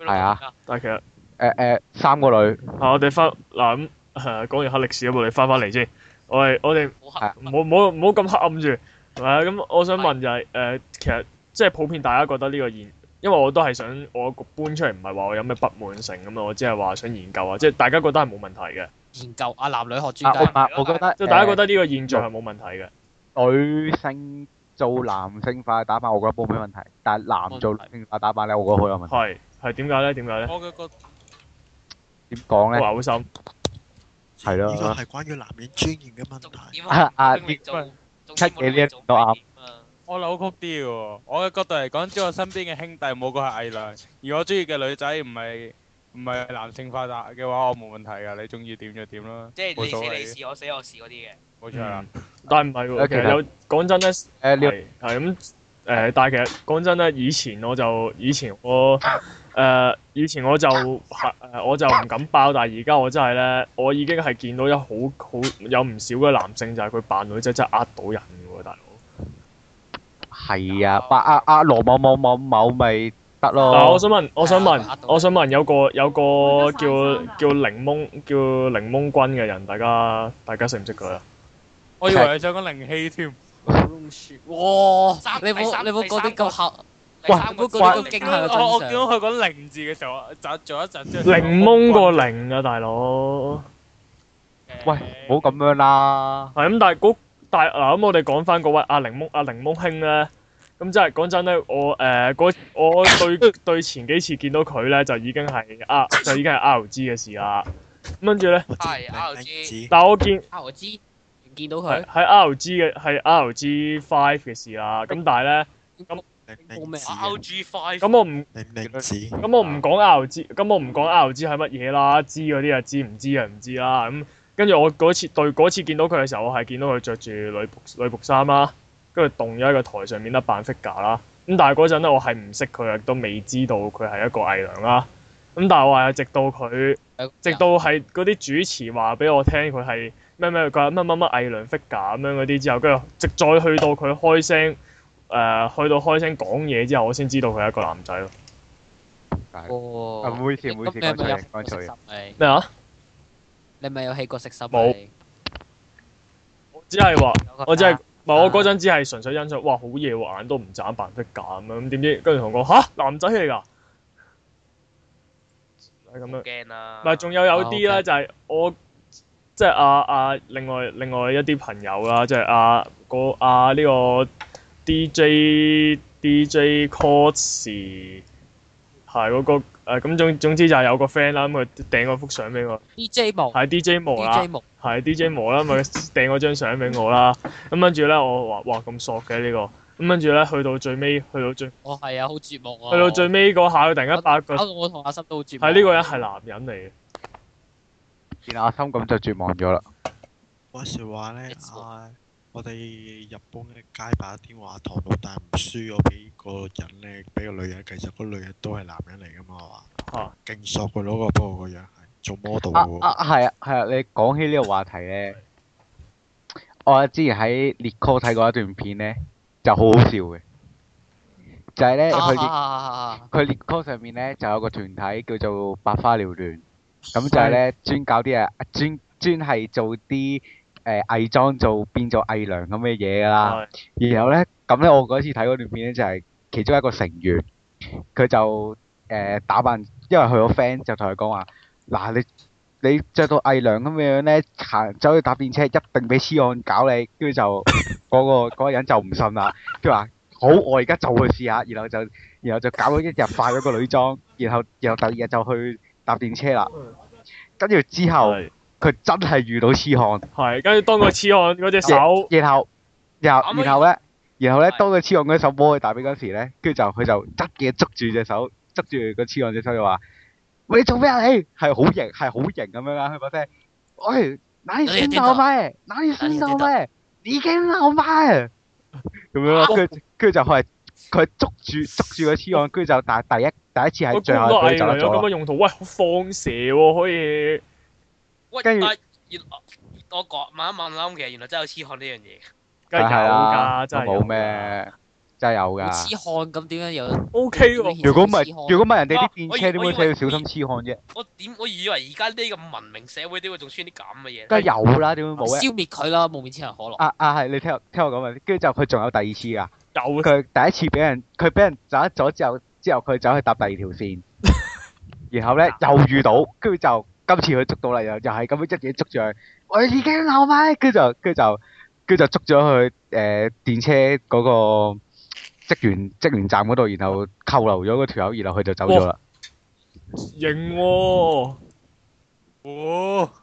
係啊但係其實誒、誒、三個女啊，我哋翻嗱咁誒講完黑歷史啊咁，我哋翻返嚟先。我哋我哋好黑唔好唔好唔好咁黑暗住，係咪啊咁我想問就係、誒、其實即係普遍大家覺得呢個現，因為我都係想我搬出嚟，唔係話我有咩不滿性咁啊，我只係話想研究啊，即係大家覺得係冇問題嘅，研究啊男女學專啊，我唔家，係，我覺得即係大家覺覺得呢個現象係冇問題嘅。女性做男性化打扮，我覺得冇咩問題，但係男做女性化打扮咧，我覺得好有問題。係係點解咧？點解咧？我嘅個點講我咧？好心。係咯呢個係關於男人尊嚴嘅問重題。點啊啊永遠做總之七冇幾呢嘢一做都啱賣點啊。我扭曲啲嘅喎，我嘅角度嚟講，只要我身邊嘅兄弟冇個係偽娘，而我中意嘅女仔唔係唔係男性化達嘅話，我冇問題㗎。你中意點就點啦，即係冇你所死你謂嘅，事，我死我事嗰啲嘅。冇錯啦。但係唔係喎，啊其其實實有講真咧，係誒呢係咁誒，但係其實講真咧，以前我就以前我誒、以前我就誒、我就唔敢包，但係而家我真係咧，我已經係見到有好好有唔少嘅男性就係佢扮女仔真係呃到人嘅喎，大佬。係啊，白阿阿羅某某某某咪得嗱、我咯。想問，我想係啊呃問到，人我想問有個有個叫換咗晒衫啦叫檸檬叫檸檬君嘅人，大家大家識唔識佢啊？我以為你想講靈氣添，哇三！你冇你冇講啲咁黑，第哇三個冇講啲咁驚關於嚇嘅我我真相。見到佢講靈字嘅時候，我窒咗一窒之後。檸檬個檸啊，大佬。誒喂，唔好咁樣啦。係咁，但係嗰但係嗱咁，我哋講翻嗰位阿檸檬阿檸檬兄咧，咁真係講真咧，我誒嗰、我對對前幾次見到佢咧，就已經係 R 就已經係 R G 嘅事啦。咁跟住咧，我知係你我知明知但係我見啊我知，唔見到佢，係係 R G 嘅係 R G Five 嘅事啦。咁但係咧，你報唔咩知嘅 RG Five 咁我唔你唔你唔知。咁我唔講 R G，咁我唔講 R G 係乜嘢啦，知嗰啲就知，唔知就唔知啦。咁跟住我嗰次對嗰次見到佢嘅時候，我係見到佢着住女僕女僕衫啦，跟住棟咗喺個台上面得扮 figure 啦。咁但係嗰陣咧，我係唔識佢，亦啊都未知道佢係一個偽娘啦。咁但係我係直到佢。直到係嗰啲主持話俾我聽，佢係咩咩，佢話乜乜乜偽娘 figure 咁樣嗰啲之後，跟住直再去到佢開聲，誒、去到開聲講嘢之後，我先知道佢係一個男仔咯。啊哦唔好意思唔好意咁思你係咪有講錯嘢氣講錯嘢過食心啊咩啊？你你咪有氣過食心啊冇你我只係話，我只係啊唔係我嗰陣只係純粹欣賞，哇好嘢喎，眼都唔眨扮 figure 咁樣，咁點知跟住 *laughs* 同我講吓男仔嚟㗎，係咁樣。驚啦，唔係，仲有有啲啊啦， ，OK 就係我即係啊啊，另外另外一啲朋友啦，即係啊個啊呢個 DJ DJ Cos 係嗰個誒咁總總之就係有個 friend 啦，咁佢掟嗰幅相俾我， DJ 毛係 DJ 模啦 DJ，毛係 DJ 模啦，咪掟嗰張相俾我啦，咁跟住咧我話哇咁索嘅呢個，咁跟住咧去到最尾，去到最去我係啊好絕望啊到最尾嗰下，佢突然間發覺搞啊到我同阿心都好絕望係呢個人係男人嚟嘅。見阿心咁就絕望咗啦。話時話咧 It's，啊，我哋日本嘅街霸天話堂老大唔輸咗俾個人咧，俾個女人，其實嗰女人都係男人嚟噶嘛，話啊勁索佢嗰個，不過個樣係做 model 啊喎。啊係啊係啊！你講起呢個話題咧，我之前喺列科睇過一段片咧，就好好笑嘅，就係咧佢列啊佢列科上面咧就有個團體叫做百花繚亂，咁就係咧專搞啲啊專專係做啲誒偽裝做變做偽娘咁嘅嘢㗎啦。係然後咧，咁咧我嗰次睇嗰段片咧就係、其中一個成員，佢就誒、呃打扮，因為佢個 friend 就同佢講話：嗱，你你着到偽娘咁樣咧，行走去搭電車一定俾痴漢搞你。跟住就嗰、個嗰個人就唔信啦，佢話：好，我而家就去試下。然後就然後就搞咗一日化咗個女裝，然後然後第二日就去搭電車啦。跟住之後，係佢真係遇到痴漢。係，跟住當個痴漢嗰隻手。然後然後啱啱然後咧，然後咧，係當佢黐岸嗰手摸佢大髀嗰時咧，跟住就佢就執嘢捉住隻手，捉住個黐岸隻手就話：喂，你做咩啊你？係好型，係好型咁樣啦，啊佢把聲。喂，哪裡先到啊咩？哪裡先到啊咩？已經到咩？咁樣啦，跟住跟住就佢係佢係捉住捉住個黐岸，跟住就但係第一第一次個喺最官後落佢藝就能咗有咁啦嘅用途，喂，好放蛇喎、可以喂，跟住但係原我講問一問啦，咁其實原來真係有痴漢呢樣嘢。梗係係有啦，㗎，真係有冇㗎。咩，真係有好㗎。痴漢咁點樣有 O K 喎，如果唔係，如果唔係人哋啲哇電我以車點我會以寫為要小心痴漢啫？我點我以為而家呢咁文明社會點會仲穿啲咁嘅嘢？梗係有啦，點會冇咧？消滅佢啦，冇面超人可樂。啊啊係，你聽我聽我講埋先，跟住就佢仲有第二次啊！有佢第一次俾人佢俾人斬咗之後，之後佢走去搭第二條線，然後咧又遇到，跟住就今次佢捉到啦，又又係咁樣一嘢捉住佢，我已經漏咪，跟住就跟住就跟住就捉咗去誒電車嗰個職員職員站嗰度，然後扣留咗嗰條友，然後佢就走咗啦。型喎、哦，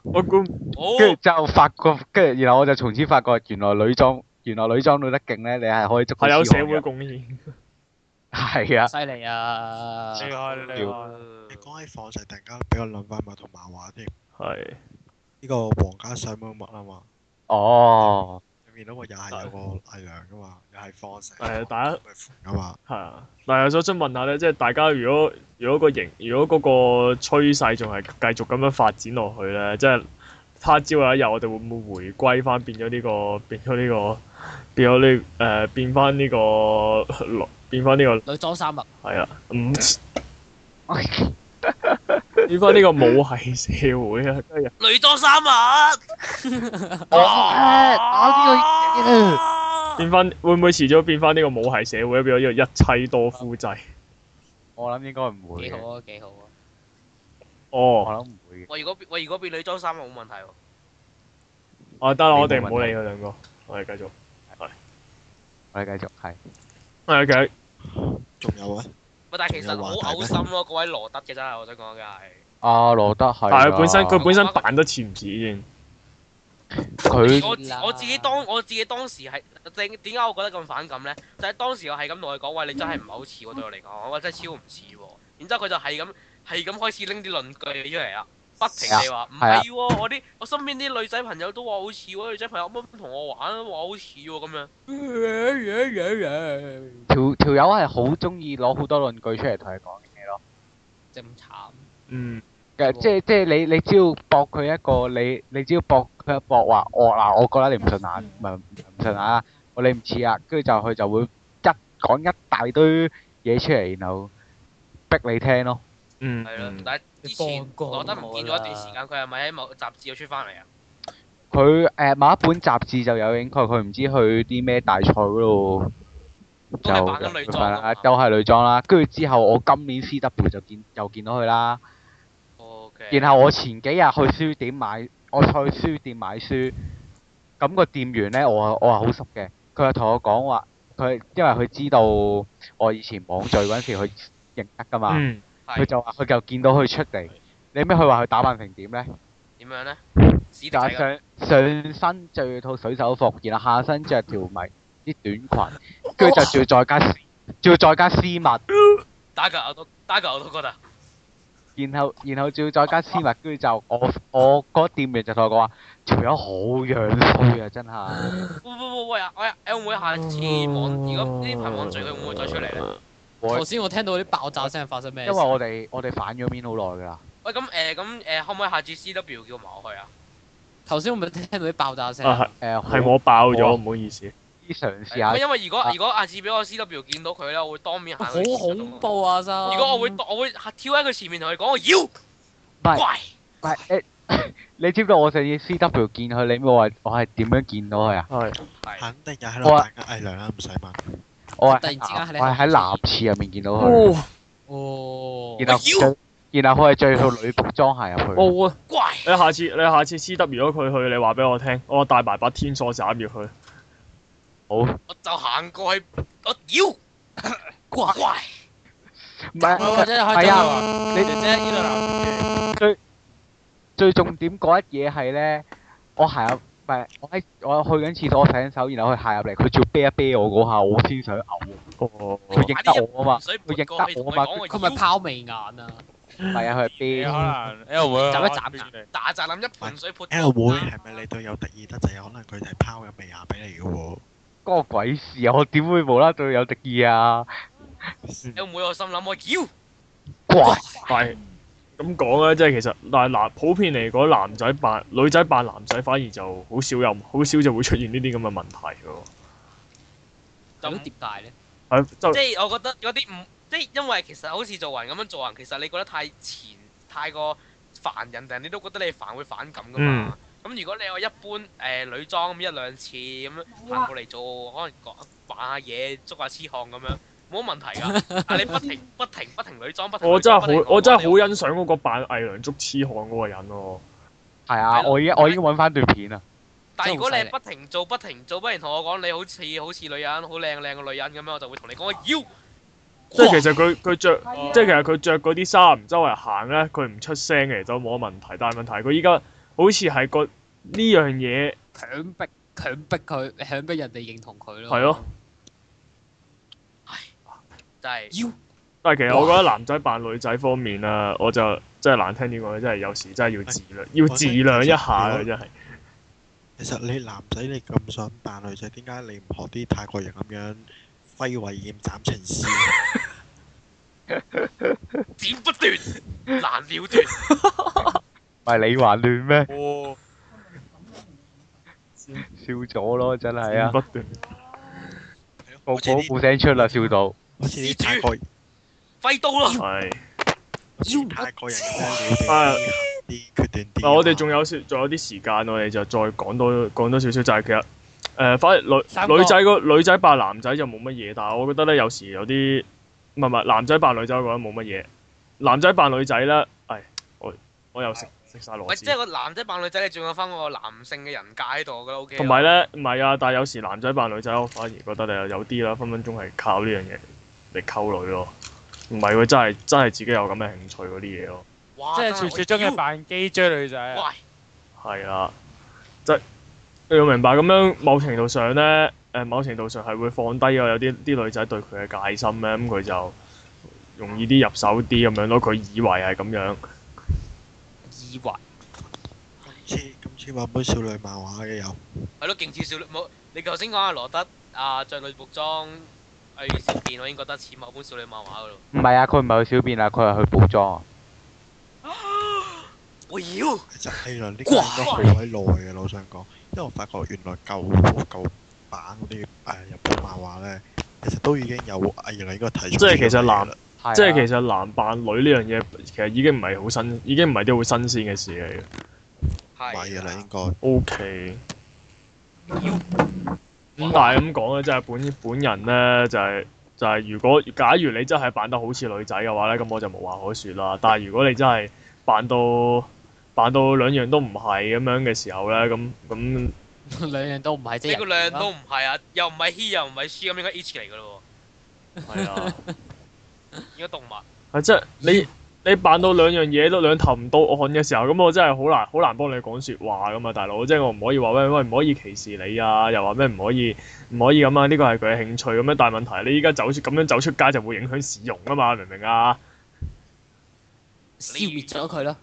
我估哦，跟住就發覺，跟住然後我就從此發覺，原來女裝原來女裝女得勁咧，你係可以捉到係有社痴漢會嘅貢獻。係啊。犀利啊！厲害厲害！你講起放射，突然間俾我諗翻某套漫畫添，係呢個皇家上乜乜啊嘛， *laughs* 哦，入面嗰個又係有個偽娘噶嘛，又係放射。係啊大家噶嘛，係啊，但係我想問下咧，即係大家如果如果個型，如果嗰個趨勢仲係繼續咁樣發展落去咧，即係他朝有一日我哋會唔會回歸翻變咗呢、個變咗呢、個變咗呢誒變翻呢、個變翻呢、個女裝衫啊，係啊，唔變翻呢個母系社會啊，跟住女多三物。我 à, 我呢個變翻會唔會遲早變翻呢個母系社會，變咗呢個一妻多夫制？我諗應該唔會幾好嘅，啊，幾好啊！我哦，諗唔會嘅。我如果我如果變女裝衫，我冇問題喎。啊得啦，我哋唔好理佢兩個，我哋繼續。我哋繼續誒，係啊其實仲有啊，喂，但係其實好嘔心咯，嗰位羅德嘅真係，我想講嘅係。啊阿羅德係但係佢本身啊佢本身扮得似唔似先？佢我自我自己當我自己當時係正點解我覺得咁反感咧？就係、當時我係咁同佢講，喂，你真係唔係好似喎，對我嚟講，嗯我真係超唔似喎。然之後佢就係咁係咁開始拎啲論據出嚟啦，啊不停地話唔係啊係喎，我啲我身邊啲女仔朋友都話好似喎，女仔朋友乜乜同我玩話好似喎咁樣。條條友係好中意攞好多論據出嚟同你講嘢咯。真係咁慘。嗯，嘅即係即係你你只要駁佢一個，你你只要駁佢一駁話我嗱，我覺得你唔順眼，唔係唔順眼啊，我你唔似啊，跟住就佢就會一講一大堆嘢出嚟，然後逼你聽咯。嗯，係咯嗯，但係之前你放過我覺得唔見咗一段時我間，佢係咪喺某雜誌度出翻嚟啊？佢誒、呃某一本雜誌就有影佢，佢唔知去啲咩大賽嗰度都就係扮緊女裝啊嘛就係女裝啦。跟住之後，我今年 C.W 就見又見到佢啦。 O K。然後我前幾日去書店買，我去書店買書，咁、個店員呢，我我係好熟嘅，佢就同我講話，佢因為佢知道我以前網聚嗰陣時，佢認得噶嘛，嗯，佢、就話佢就見到佢出嚟，你咩佢話佢打扮成點呢？點 *laughs* 樣咧？史迪就仔係咁上啊上身着套水手服，然後下身着條迷啲短裙，跟住就仲要再加絲仲要再加絲襪。打嚿我都打嚿我都覺得。然後然後仲要再加絲襪，跟住就我我嗰店員就同我講話，條友好樣衰啊，真係喂喂喂喂啊！我會唔會下次網如果呢排網聚佢會唔會再出嚟咧？頭先我聽到啲爆炸聲發生咩因事？為我哋我哋反咗面好耐㗎啦，喂咁誒咁誒可唔可以下次 CW 叫埋我去啊？頭先我咪聽到啲爆炸聲。啊誒係係我爆好咗，啊唔好意思。啲嘗試下喂因為如果啊如果下次俾我 CW 見到佢咧，我會當面好行去前面恐！怖啊！真。如果我會我會跳喺佢前面同佢講我妖唔係怪，唔係誒， *laughs* 你知唔知我上次 C W 見佢，你咪話我係點樣見到佢啊？係係肯定又喺度我大家哎偽娘啦，唔使問。我係突然之間喺你我係喺男廁入面見到佢，哦，哦。然後佢然後佢係着套女服裝行入去，我啊，怪，你下次你下次 C W 咗佢去，你話俾我聽，我帶埋把天鎖斬住佢。我就行過去我妖怪怪，唔係或者你可以係將啊，你哋姐呢度男嘅。最重點嗰一嘢係咧，我行入唔係我喺我去緊廁所，我洗緊手，然後佢行入嚟，佢仲要啤一啤我嗰下，我先想嘔。哦，佢認得我啊嘛， *laughs* 水佢潑過認去得同我佢啊講嘛，我佢咪妖，拋眉眼啊！係啊，佢係你 B，可能 L 會斬一斬㗎嗱嗱諗一盆水潑 L 會係咪你對有敵意得滯？可能佢哋係拋緊眉眼俾你嘅喎。嗰個鬼事啊！我點會無啦啦對有敵意啊？ ？L 妹我心諗我妖怪係咁講咧，即係其實但係男普遍嚟講，男仔扮女仔扮男仔，反而就好少有，好少就會出現呢啲咁嘅問題嘅喎。啊咁就點解咧？係就即係我覺得嗰啲唔，即係因為其實好似做人咁樣做人，其實你覺得太前太過煩人，人你都覺得你煩會反感噶嗯嘛。咁、如果你話一般誒、呃女裝咁一兩次咁樣行過嚟做，可能講扮下嘢、捉下痴漢咁樣，冇乜問題㗎。但係你不停不停不停女裝，不停我女真係裝不停好，女裝我真係好你欣賞嗰個扮偽良足痴漢嗰個人喎。係係啊！咯我已經我已經揾翻段片啦，但係如果你真係係好不停做不停做，不停同我講你好似好似女人，好靚靚個女人咁樣，我就會同你講我妖。即係其實佢佢著，即係其實佢着嗰啲衫周圍行咧，佢唔出聲嘅就冇乜問題。但係問題佢依家好似係個呢樣嘢強迫強迫佢，強迫人哋認同佢咯。係咯。真係妖但係其實我覺得男仔扮女仔方面啊，我就真係難聽啲講，真係有時真係要自量，要自量一下啦，真係。其實你男仔你咁想扮女仔，點解你唔學啲泰國人咁樣揮慧劍斬情絲？剪不斷，難了斷。唔係你還亂咩？哦， *laughs* 笑咗咯，真係啊！不斷。我好我似啲冇聲出啦，笑到好似啲泰國揮刀啦！係。泰國人咁樣，啊了斷啲決斷啲啊嗱，嘛。我哋仲有少，仲有啲時間，我哋就再講多講多少少，就係其實誒、呃反而女三個女仔個女仔扮男仔就冇乜嘢，但係我覺得咧，有時有啲唔係唔係男仔扮女仔，我覺得冇乜嘢。男仔扮女仔咧，係我我又食食曬喂，螺即係絲。個男仔扮女仔，你仲有翻個男性嘅人格喺度，我覺得 O K。同埋咧，唔係啊，但係有時男仔扮女仔，我反而覺得你有啲啦，分分鐘係靠呢樣嘢嚟溝女咯。唔係佢真係真係自己有咁嘅興趣嗰啲嘢咯。哇，即係真係傳説中嘅扮基追女仔啊。哇係啊，即你要明白咁樣，某程度上咧，誒、某程度上係會放低咗啊有啲啲女仔對佢嘅戒心咧，咁佢就容易啲入手啲咁樣咯。佢以為係咁樣，以為今次今次話本少女漫畫嘅有，係咯，勁似少女冇。你頭先講阿羅德啊，着女服裝去小便，我已經覺得似某本少女漫畫噶咯。唔係啊，佢唔係去小便啊，佢係去補妝啊。我妖，其實係啦，呢個應該好鬼耐嘅啦，我想講，因為我發覺原來舊舊版嗰啲誒日本漫畫咧，其實都已經有誒原來應該提出即係其實男係啊即係其實男扮女呢樣嘢，其實已經唔係好新，已經唔係啲好新鮮嘅事買係呃嘅啊啦，啦應該嚟嘅。O K。咁但係咁講咧，即係本本人咧就係、就係、如果假如你真係扮得好似女仔嘅話咧，咁我就無話可説啦。但係如果你真係扮到扮到兩樣都唔係咁樣嘅時候咧，咁 *laughs* 咁兩樣都唔係即係呢個人量哋啦都唔係啊，又唔係 he 又唔係 she 咁，應該 h 嚟噶咯係啊，喎，應該動物。係啊即係你你扮到兩樣嘢都兩頭唔到岸嘅時候，咁我真係好難好難幫你講説話噶嘛，大佬。即係我唔可以話喂喂唔可以歧視你啊，又話咩唔可以唔可以咁啊？呢個係佢嘅興趣咁樣，但係問題你依家走出咁樣走出街就會影響市容啊嘛，明唔明啊？消滅咗佢啦。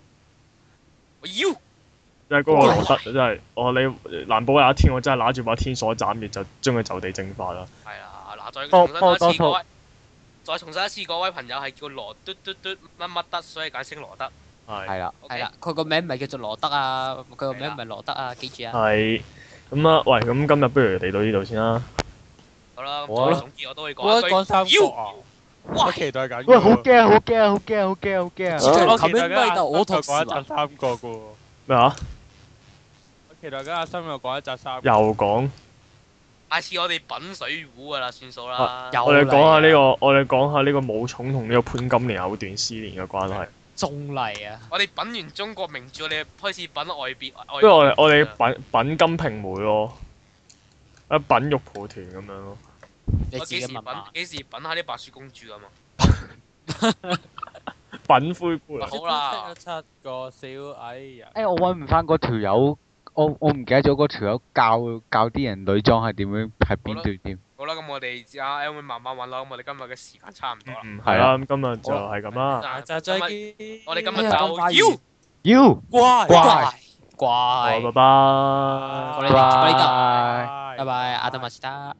我妖，即係嗰個羅德真係，我你難保有一天我真係揦住把天鎖斬滅，就將佢就地蒸發啦。係啦，嗱，再多重多新多一次多嗰位，再重申一次嗰位朋友係叫羅嘟嘟嘟乜乜德，所以簡稱羅德。係係啦， OK 係啦，佢個名唔係叫做羅德啊，佢個名唔係羅德啊，記住啊。係咁啊，喂，咁今日不如嚟到呢度先啦。好啦，咁好啊我總結我都會講我覺得講一三句，國妖，啊，我哇，期待緊。喂，好驚，好驚，好驚，好驚，好驚啊！咁我期待樣咪緊阿森就我有同事講一啦集。三國噶喎。咩啊？我期待緊阿森又講一集三又國。講，下次我哋品水壺噶啦，算數啦。哦有我哋講下呢個，我哋講下呢個武松同呢個潘金蓮藕斷絲連嘅關係。仲嚟啊！我哋品完中國名著，我哋開始品外邊外邊。不如我哋我哦哋品品金瓶梅咯，啊品玉蒲團咁樣咯。你我自己幾時品問下。幾時品下啲白雪公主咁啊？品灰姑娘好啦，七個小矮人。誒，哎我揾唔翻嗰條友，我我唔記得咗嗰條友教教啲人女裝係點樣，係邊段添。好啦，咁我哋阿 L 會慢慢揾啦。咁我哋今日嘅時間差唔多啦。嗯，係啦，咁今日就係咁啦。嗱就今日見。我哋今哎日呀咁快完就妖。妖，乖乖，怪好，拜拜。我哋我哋就拜 à, 拜拜，阿德馬斯達。